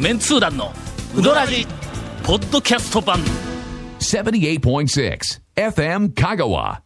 メンツー団のウドラジポッドキャスト版78.6 FM Kagawa.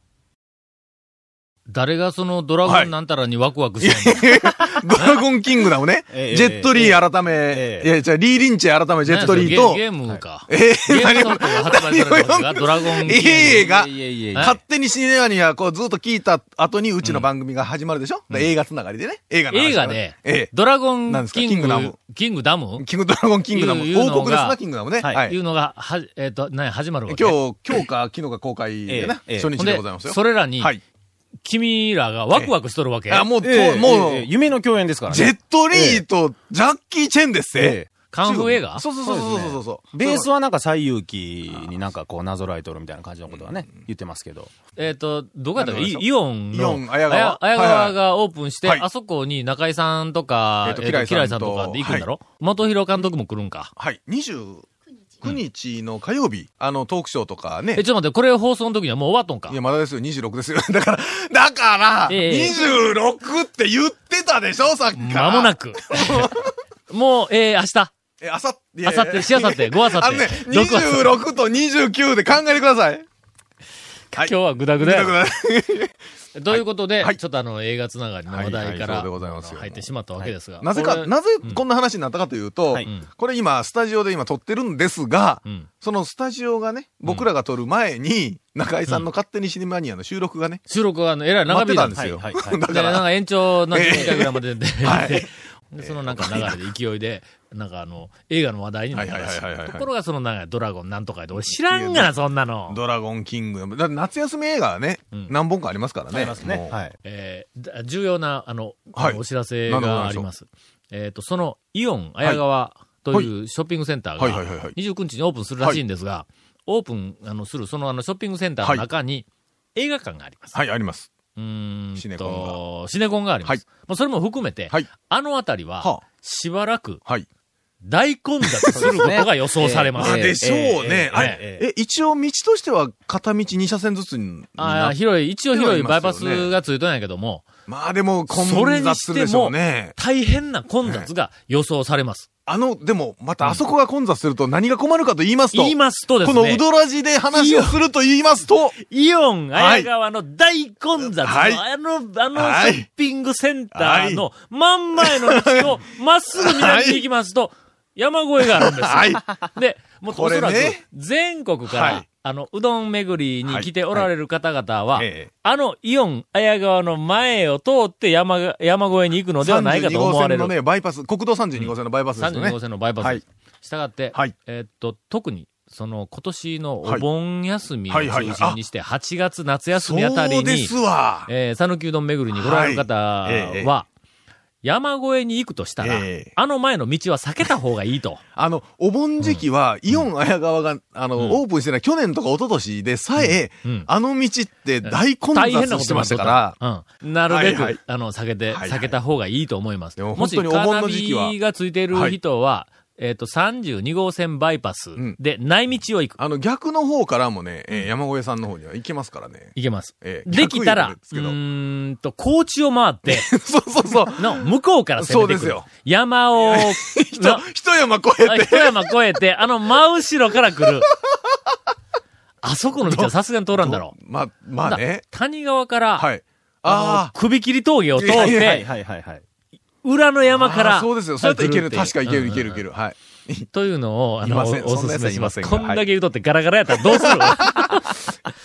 誰がそのドラゴンなんたらにワクワクしてんの、ドラゴンキングダムね。ジええェットリー改えめ、えいや、じゃあリー・リンチェ改めジェットリーと、ゲゲームか。ええゲームソフトが発売されたの何をが読んドラゴンキング。いい映画いやいやいや。勝手にシネマにはこうずっと聞いた後にうちの番組が始まるでしょ、だから映画つながりでね。映画の話映画でええ、ドラゴンなんですかキングキングダム、キングダムキングドラゴンキングダム。いういうのが王国ですな、キングダムね。はいはい。いうのが、は、えっ、と、何、始まるわけ。今日、今日か昨日か公開でね、ええええ初日ほんででございますよ。それらに、はい。君らがワクワクしとるわけ。あ、もう、とええもう、ええ夢の共演ですからジェね。ットリーとジャッキー・チェンですえぜえ。カンフー映画そうそうそうそうそうそう。ベースはなんか西遊記になんかこうなぞらえとるみたいな感じのことはね、言ってますけど。えっ、と、どこやったかなんでイしょうイオンの。イオン綾川あや綾はいは川いがオープンして、はいあそこに中井さんとか、えっとえっとキライさんとキライさんとかで行くんだろ、元広監督も来るんか。はい。29日の火曜日、あの、トークショーとかねえ、。ちょっと待って、これ放送の時にはもう終わっとんかいや、。まだですよ、26ですよ。 だから、だから、ええ26って言ってたでしょ、さっきから。間もな く。もう、えー、明日。え、あさっ明後日しあさ ってごあさってあのね、六月26と29で考えてください。はい今日はグダグダや見てくださいということで、はいちょっとあの、映画つながりの話題かはいはいそうら、でございますよ入ってしまったわけですが。なぜこれか、なぜこんな話になったかというと、はいこれ今、スタジオで今撮ってるんですが、うんそのスタジオがね、僕らが撮る前に、中井さんの勝手にシネマニアの収録がね、収録があの、えらい長待引っていたたんんでですすよ。はい だで、かなんら、か延長の10回ぐらいまでで、 はいでそのなんか流れで勢いで、なんかあの、映画の話題になったらしいはいはいはいはいはいはいところがそのなんかドラゴンなんとかやって、俺知らんがな、そんなの。ドラゴンキングダム、だって夏休み映画はね、うん何本かありますからね。ありますねも。うはい。えーだ重要な、あの、はいお知らせなんでございがまあしりょうます。えっ、と、その、イオン綾川というショッピングセンターが、はいはいはいはい29日にオープンするらしいんですが、オープンあのする、そのあのショッピングセンターの中に、映画館があります。はい、あります。うーんとシネコンシネコンがあります。はいまあ、それも含めて、はいあの辺りは、はあしばらくはい。大混雑することが予想されます。ええええでしょうね。あれ、ええ一応道としては片道2車線ずつにあなあ広い、一応広いでバはイいまパすスよねがついてないけども、まあでも混それに雑しすてるでしょもうね。大変な混雑が予想されます。あの、でも、またあそこが混雑すると何が困るかと言いますと、言いますとですこね、のウドラジで話をすると言いますと、イオン綾川の大混雑の、はいあの、あのシはョいッピングセンターの真ん前の道をまっすぐ南に行きますと、山越えがあるんですよ。はい。で、もうおこそれねらく全国から、はいあの、うどん巡りに来ておられる方々は、はいええあのイオン綾川の前を通って山が、山越えに行くのではないか32と思号われ線るの。ね、バイパス、国道32号線のバイパスですよ32号ね。線のバイパス。はいしたがって、はいえーっと、特に、その、今年のお盆休みをはいは中いはい心にして、8月夏休そみあたりうでにす、わ。えー、讃岐うどん巡りに来られる方は、はいええ山越えに行くとしたら、ええあの前の道は避けた方がいいと。あの、お盆時期は、イオン綾川が、あの、オープンしてない去年とか一昨年でさえ、うんうんあの道って大混雑大変なことしてましたから、ら。うん。なるべく、はいはいあの、避けて、はいはい避けた方がいいと思います。でももし、カ本当におー盆ナの時期はビがついている人は、えっ、と、32号線バイパスんで、内道を行く。あの、逆の方からもね、えー山越えさんの方には行けますからね。 行けます。ええできたら、う逆よりですけどーんと、高知を回って、そうそうそう。の、向こうから攻めてくる。そうです山を、人、一山越えて。一山越えて、あの真後ろから来る。あそこの道はさすがに通らんだろう。 ま、まあね。谷川から、はい。ああの、首切り峠を通って、はいはいはいはいはい。裏のあ。山かあら、ーそうですよ。そうやっていける。確かいけるいけるいける。る。はい。というのを、あの、いませんおおそんなすやつすはめいしまませす。んこがんだけ言うとってガラガラやったらどうする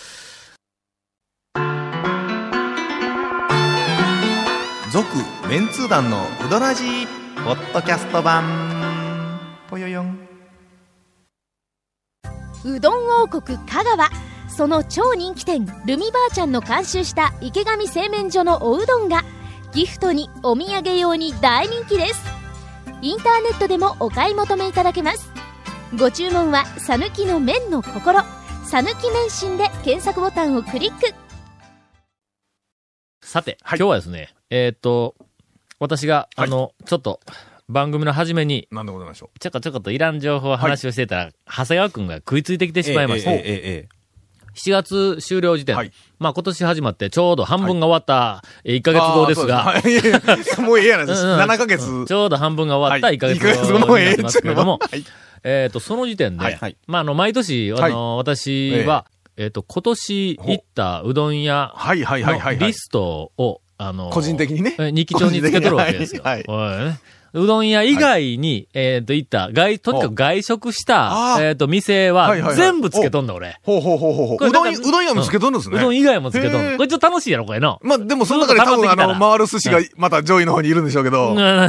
続メンツー団のウドラジポッドキャスト版ぽよよんうどん王国香川その超人気店ルミばあちゃんの監修した池上製麺所のおうどんがギフトにお土産用に大人気ですインターネットでもお買い求めいただけますご注文は「さぬきの麺の心」「さぬき麺心」で検索ボタンをクリックさて、今日はですね、えーっと、私が、あの、ちょっと、番組の初めに、なんでございましょちょこちょこといらん情報を話をしてたら、長谷川くんが食いついてきてしまいました。ええええええ7月終了時点、はいまあ今年始まってちょうど半分が終わったえ1ヶ月後ですが、あー。そうですはいい やもうええやないですうんうん7ヶ月。うんちょうど半分が終わったはい1ヶ月一ヶ月後後のになえっえてますけれども、はいえっ、と、その時点で、はいはいまあ、あの、毎年、あの、私は、えっ、と、今年行ったうどん屋はいはいはいはのいはいリ。ストを、あの、個人的にねえ日記帳につけとるわけです よ。個人的はいねうどん屋以外に、えっ、と、行った、外、とにかく外食したあ、ーえっ、と、店はいはいはは、い全部つけとんだ、俺。ほうほうほうほうほこう。れうどん、なんうかどん屋もつけとんですうどんね。以外もつけとへん。ーこれちょっと楽しいやろ、これ の。まあでもその中で多ずっ分と溜まってきあたらの、回る寿司がまた上位の方にいるんでしょうけど。うん あの、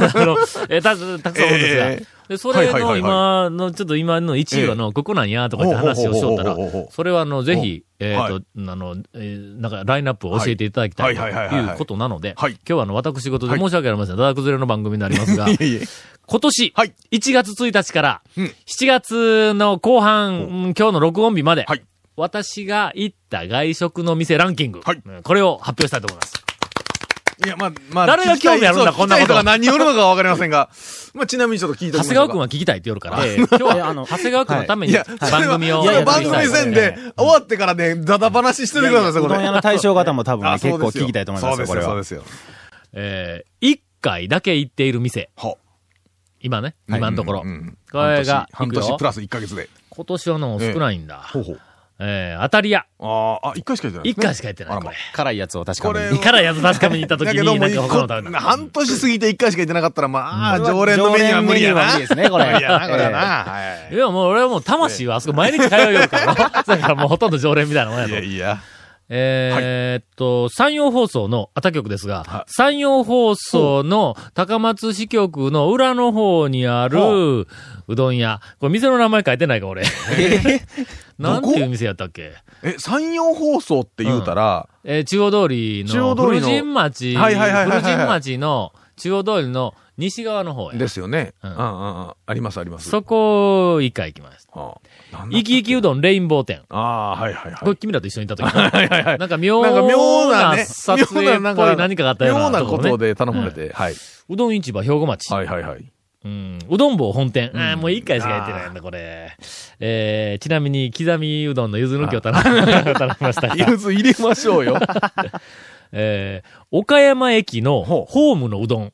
えーたたくさんおるんですが。えで、それはいはのいは今の、ちょっと今の1位はの、ここなんや、とかって話をしとったらほうほうほうほうほうほ、うそれはあの、ぜひ、えっはと、あの、えーなんか、ラインナップを教えていただきたいとはいはいはいはいはいいうことなので、は今い日はあの、私事で申し訳ありません。ダダ崩れの番組になりますが、いえいえ。今年、はい1月1日から、うん7月の後半、うん今日の録音日まで、はい私が行った外食の店ランキング、はいうんこれを発表したいと思います。いや、まあ、まあ、誰が興味あるんだ聞きたいこんなこと聞きたい人が何によるのかわかりませんが、まあ、ちなみにちょっと聞いて長み谷まし川ょう君か。は聞きたいって言うから、ええ今日いやはあの長谷川君のためいにや、番組をそれやはって番いきたい組と思いま戦すで、終わってからね、だだ話しててください、うこれどん屋の対象方も多分ね、結構聞きたいと思いまそうすよ、ですこれよ、そうはで。すよ。えー、1回だけ行っている店。は今ね、今のところ。うんうんこれが半いく年よプラス1ヶ月で。今年はの少ないんだ。ほうほう。えー、当たり屋。あーあ、1回しかやってない、 1回しか行ってない、あらこまれ。辛いやつを確かこめれに。はからやつ確かめに行った時だけに、どもなんか他の食べう、こた半年過ぎて1回しか行ってなかったら、まあ、うん常連のメニューは無理やな。常連メニューは無理ですねこれ 無理やな、これはな。いや、もう俺はもう魂はあそこ毎日通うよるから な。だからもうほとんど常連みたいなもんやいとや。いや。えーっと、山陽放送の、あ、他局ですが、山陽放送の高松支局の裏の方にあるうどん屋。これ店の名前書いてないか、俺。 なんていう店やったっけえ、山陽放送って言うたら、えー中央通り中の、央通古りの神町、はいはいはいはいはい古神町の中央通りの西側の方へ。ですよね。ううんんうんうん。あります、あります。そこ、一回行きました。ああなんだ生き生きうどんレインボー店。ああ、はいはいはいこれ。君らと一緒に行った時かな はいはいはいなんか妙なんか妙ななね。撮影っぽい何かがあったような妙なとこころねとで頼まれて。はい。うどん市場兵庫町。はいはいはい。うん。うどん坊本店。ああ、もう一回しかやってないんだ、これ。えー、ちなみに、刻みうどんのゆず抜きを 頼む頼みましたがゆず入れま しょうよ。えー、岡山駅のホームのうどん。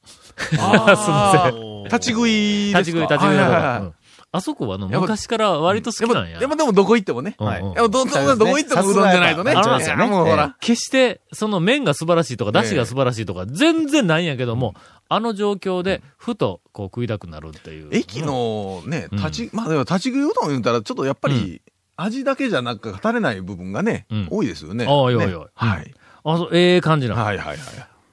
あー立ち食いですか立ち食い、立ち食いのうどんはいはいはいうんあそこはあの、やっぱ昔から割と好きなんや。でもでもどこ行ってもね。うんうんやっぱどどどこ行ってもうどんじゃないとね。さすがやっぱいやもうほら。決して、その麺が素晴らしいとか、出汁が素晴らしいとか、全然ないんやけども、あの状況で、ふと、こう食いたくなるっていう。駅のね、うん立ち、まあでも立ち食いうどん言うたらちょっとやっぱり味だけじゃなく語れない部分がねうん、多いですよね。ああおいおいおいねはい。あ、そう、ええ感じなの。はいはいはい。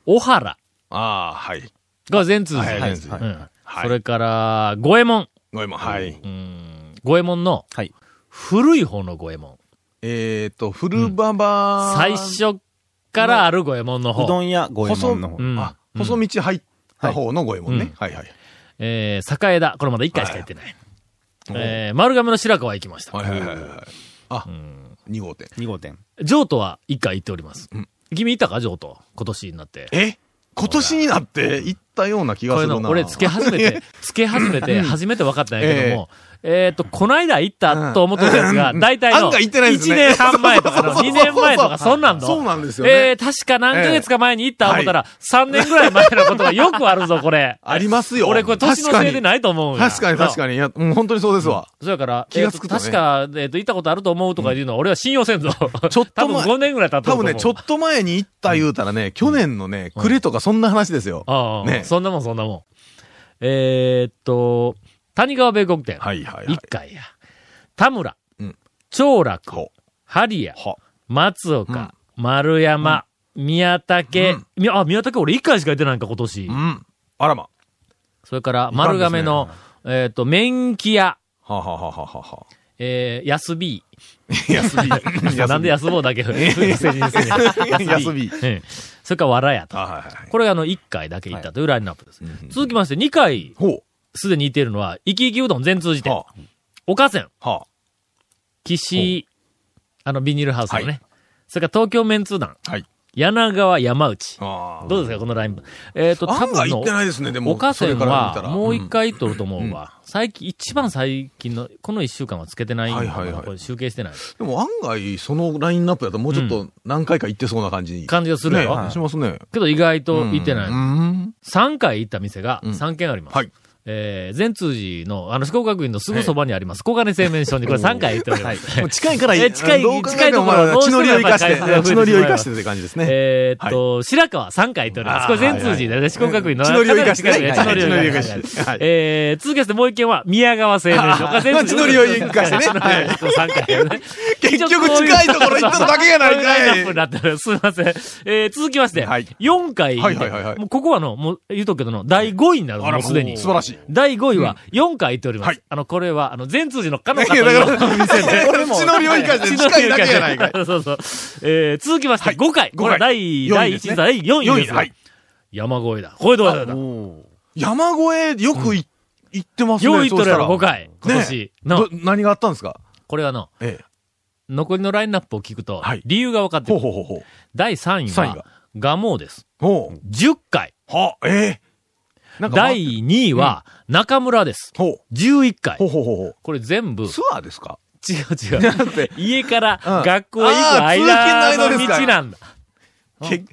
おはらああ、はい。が全通じ。はい全通じうんはいそれから、五右衛門。ごめんはい。うん五右衛門のはい、古い方の五右衛門。えっと、古馬場。最初からある五右衛門のうど方。ん屋五右衛門の方う。んあ、細道入った方の五右衛門ね。はいはい。えー、栄田。これまだ一回しか行ってない。えー、丸亀の白川行きました。はいはいはいはい。あ、二号店。二号店。譲渡は一回行っております。君行ったか譲渡。今年になって。え今年になって行ったような気がこれするな。の、俺、つけ始め て、つけ始めて、初めて分かったんやけども、えっと、こないだ行ったと思ってたやつが、うん大体の、案外行ってないんですね1年半前とかの、そう2そうそうそう年前とか、そんなんの。そうなんですよねえー確か何ヶ月か前に行った思ったら、3年ぐらい前のことがよくあるぞ、これ。 ありますよ。俺、これ、年のせいでないと思うんや確かに確かに。いや、もう本当にそうですわ。そうやから、気がつくとねえー確か、えっ、と、行ったことあると思うとかいうのは、俺は信用せんぞ。ちょっ多と分前5年ぐらい経ってる多と思う。分ね、ちょっと前に行った言うたらね、去年のね、暮れとかそんな話ですよ。ああ、ねそんなもん、そんなもん。えーっと、谷川米国店。はいはいはい一。回や。田村。うん長楽。ほ針谷。は。松岡。丸山。宮武、うんみあ、宮武俺一回しか行ってないんか、今年。うん。あらま。それから、丸亀の、えーっと、麺木屋。はあはあはあはあはあ。えー、安 B。休 み。なんで安坊だ け成人するんやみ休み。うんそれから、わらやと。あはいはいはい。これがあの、1回だけ行ったというラインナップです。んうん続きまして、2回ほすでに行っているのは、生き生きうどん全通じう。て、はおかせん、あ。は岸、あの、ビニールハウスのね、はいそれから東京メンツー団、あ。はい。柳川山内。あどうですか、このライン。えっ、と、多案外分行のって、ないですね、でも。岡それ線からは見たらもう一回取ると思うわ。最近、一番最近の、この一週間はつけてないんだはいはいはいこれ集計してない。でも案外、そのラインナップだともうちょっと何回か行ってそうな感じに。感じがするやろ、ねしますね。けど意外と行ってない。うん。 3回行った店が3軒あります。はい。えー、善通寺の、あの、四国学院のすぐそばにあります、小金製麺所にこれ3回行っております。もう近いからえ近いどう考近えいてともころまあ血のりを生かして、どうしてもやっぱり血のりを生かしてって感じですね。えーっと、白川3回行っております。これあー全通寺で、四国学院の。血のりを生かしてね血のりを生かはい血のりを生かししててはい。えー、続きましてもう一件は、宮川製麺所。これ全通寺血のりを生かしてね血のりを生かして三回ね。結局近いところ行っただけやないラインナかップにい。なってる。すみません。えー、続きまして、はい4回、はいはいはいはいもうここはの、もう言うとくけどの、第5位になるの、もうすでに。素晴らしい。第5位は4回言っております。はいあの、これは、あの、全通寺のかのかいとやいだかうお店で。俺も血のりを生かして近いだけやないかい。 そうそう。えー、続きまして、5回。これは第、四位第です1ね第4位4で位す。だ。はい。山越えだ。これどうだろう山越えよくい行ってますね。 4位取れそうろ、し5回。今年。たらのど、何があったんですかこれはの、ええ。残りのラインナップを聞くとはい、理由が分かってほうくる。ほうほうほう。第3位三位はが、ガモーです。ほう。 10回。は、ええ。なんか第2位は、中村です。ほう。 11回ほ。うほうほうほう。これ全部、違うツアーですか違 う。家からうん学校へ行くあー間の通勤の間ですか道なんだ。け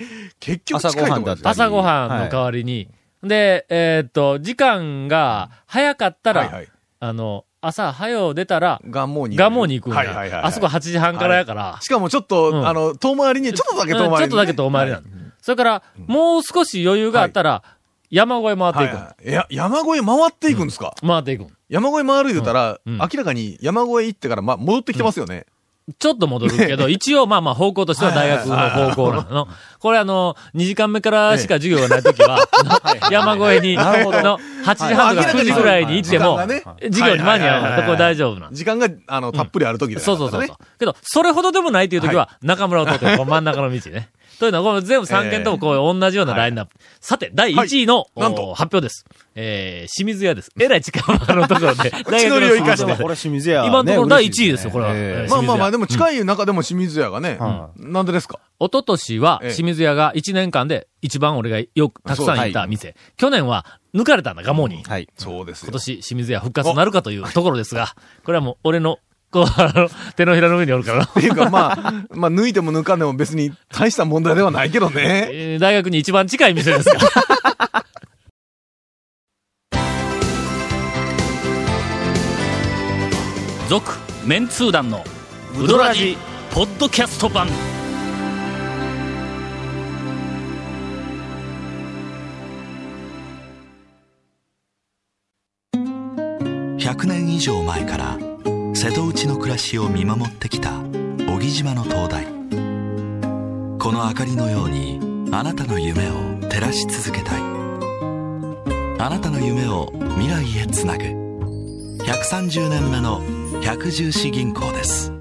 結局近いところですよ朝ごはんの代わりに。で、えーっと、時間が早かったら、はいはい。あの、朝早う出たら、ガモに。ガモに行くんだ、はいはいはい。あそこ8時半からやから、しかもちょっうんと、あの、遠回りに、ちょっとだけうん遠回りにね。ちょっとだけ遠回りなはんいだ。それから、もう少し余裕があったら、山越え回っていく。はいはい。いや、山越え回っていくんですか回っていく。山越え回る言うたら、うんうん明らかに山越え行ってから、ま、戻ってきてますよね。ちょっと戻る けど、一応まあまあ方向としては大学の方向なの。これあの、2時間目からしか授業がないときは、 山越えに、あの、8時半とか9時ぐらいに行っても、はいはい授業に間に合うから、これ大丈夫なの。時間が、あの、たっぷりある時だそうそうそうねそう。けど、それほどでもないという時は、中村を通って、こう真ん中の道 ね。というのは、この全部3件ともこう、同じようなラインナップ。さて、第1位の、はいなんとお発表です。えー、清水屋です。えらい時間のところ で、大のりを生か学してのすぐそこばでれ清水屋、ね。今のところ第1位嬉でしすよ、これは。えーまあまあ清水ま屋あ、でも近い中でも清水屋がね、なんでですか一昨年は、ええ清水屋が1年間で一番俺がよく、たくさん行った店。去年は、抜かれたんだ、ガモに。はい。そうです今 よ。年、清水屋復活なるかというところですが、これはもう、俺の、こう、あの、手のひらの上におるからなっていうか、まあ、まあ、抜いても抜かんでも別に大した問題ではないけどね。えー大学に一番近い店ですから。続メンツー団のウドラジポッドキャスト版100年以上前から瀬戸内の暮らしを見守ってきた小木島の灯台この明かりのようにあなたの夢を照らし続けたいあなたの夢を未来へつなぐ130年目の百十四銀行です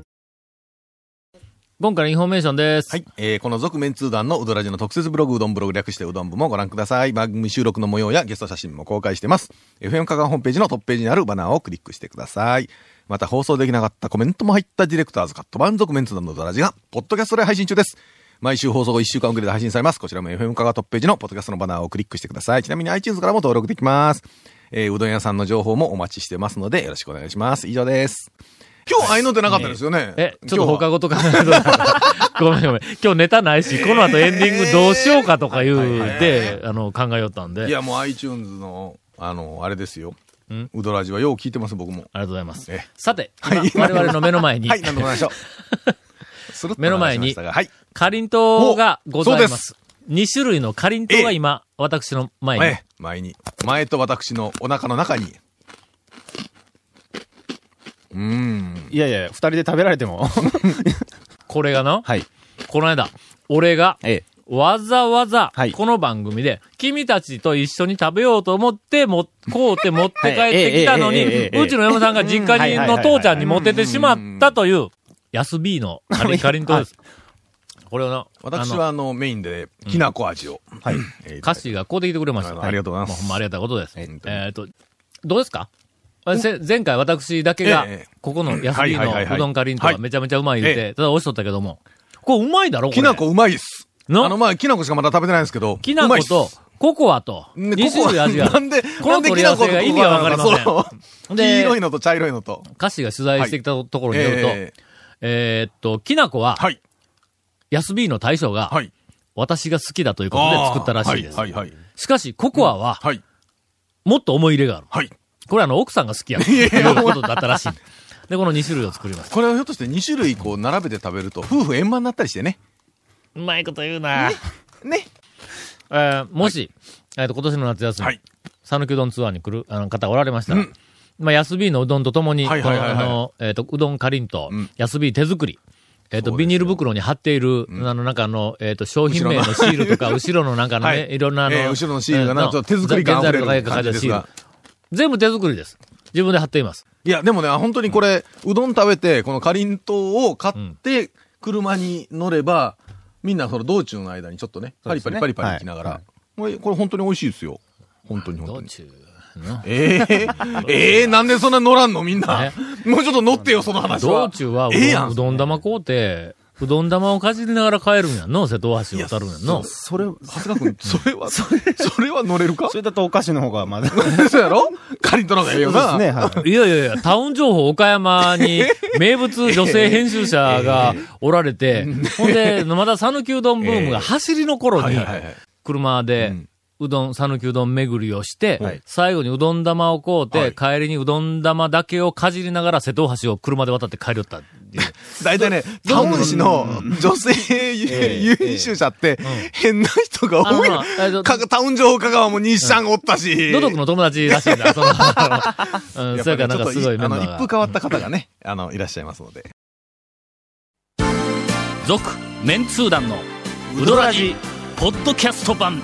今回のインフォメーションです。はい。えーこの続面通談のうどらじの特設ブログ、うどんブログ略してうどん部もご覧ください。番組収録の模様やゲスト写真も公開してます。FM 香川ホームページのトップページにあるバナーをクリックしてください。また放送できなかったコメントも入ったディレクターズカット版続面通談のうどらじが、ポッドキャストで配信中です。毎週放送後1週間遅れで配信されます。こちらも FM 香川トップページのポッドキャストのバナーをクリックしてください。ちなみに iTunes からも登録できます。えーうどん屋さんの情報もお待ちしてますので、よろしくお願いします。以上です。今日、あいのってなかったですよね。え、ちょっと放課今日は後とかごめんごめん。今日ネタないし、この後エンディングどうしようかとかいうで、あの、考えよったんで。あいりがや、もう iTunes の、あの、あれですよん。うどらじはよう聞いてます、僕も。とうございますえ。さて、今我々の目の前には、い、なんとか なりましょう。スルッと目の前に流しましたがはい。かりんとうがございま。おそうです2種類のかりんとうが今、私の前に。前、前に。前と私のお腹の中に。うーん。いやいや、二人で食べられて も。これがな、はい。この間、俺が、ええ。わざわざは、いこの番組で、君たちと一緒に食べようと思って、も、こうて持って帰ってきたのに、はいええええええええうちの山さんが実家うにんの父ちゃんに持ってってしまったという、安 B のカリンカリンとです。これをな、私あのは、あの、メインで、きなこ味を。はい。えー歌詞がこうできてくれました。あのありがとうございますもほんまありがたいことです。ええーっ、と、どうですかせ前回私だけがええ、ここの安はいビはいはいのはいうどんかりんとはめちゃめちゃうまい言うて、はただ美味しとったけども、これうまいだろこれきなこうまいっす。のあの、まあ、きなこしかまだ食べてないんですけど。きなうまこいっすと、ココアと、ね2種類味がある。なんで、このなんで取きり合なわこせとが意味がわかりません。んで黄色いのと茶色いのと。歌詞が取材してきたところによると、えーえーっと、きなこは、はい。安 B の大将が、はい。私が好きだということで作ったらしいです。はい、はい。しかし、ココアは、はい。もっと思い入れがある。はい。これあの、奥さんが好きやということだったらしい。で、この2種類を作りました。これはひょっとして2種類こう並べて食べると、夫婦円満になったりしてね。うまいこと言うなね。えーもし、えーっと、今年の夏休み、はい。讃岐うどんツアーに来るあの方おられましたら、うんまあ、安 B のうどんとともに、こはいはいはいはいのあのえっ、と、うどんかりんとうん、安 B 手作り、えっ、と、ビニール袋に貼っている、あの、なんかあの、えっ、と、商品名のシールとか、後ろのなんかのね、 はいい、ろんなあの、えー後ろのシールがなえーちょっと手作り感原材料とかあふれるが書いてあるシー感ルじ。全部手作りです。自分で貼っています。いや、でもね、本当にこれ、うどん食べて、このかりんとうを買って、車に乗れば、みんなその道中の間にちょっとね、そパうでリすパねリパリパリ行きながはらい、これ、これ本当に美味しいですよ。本当に本ど当っに。ちゅうのええええなんでそんな乗らんのみんなね。もうちょっと乗ってよ、その話は。道中はうええやどん、んうどん玉買うて、うどん玉をかじりながら帰るんやんの、瀬戸大橋を渡るんやんの。それ、長 谷川君、それは、それ、それは乗れるか それだとお菓子の方がまだ。そうやろかりんとうの方がええよな。そうですね、はい。いやいやいや、タウン情報岡山 に名物女性編集者がおられて、ほんで、まだ讃岐うどんブームが走りの頃はいにはい、はい。車でうん、うどん、讃岐うどん巡りをして、はい最後にうどん玉を買うて、はい帰りにうどん玉だけをかじりながら瀬戸大橋を車で渡って帰りよったって いう。大体ね、タウン市の女性有編集者って、変な人が多いのあのえっとかタウン情報香川も日産おったし。ドドクの友達らしいんだ、 その、うんやっそぱれからなねんちょかっとすごいメンあバの、ー一が。風変わった方がね、あの、いらっしゃいますので。続メンツー団のウドラジポッドキャスト版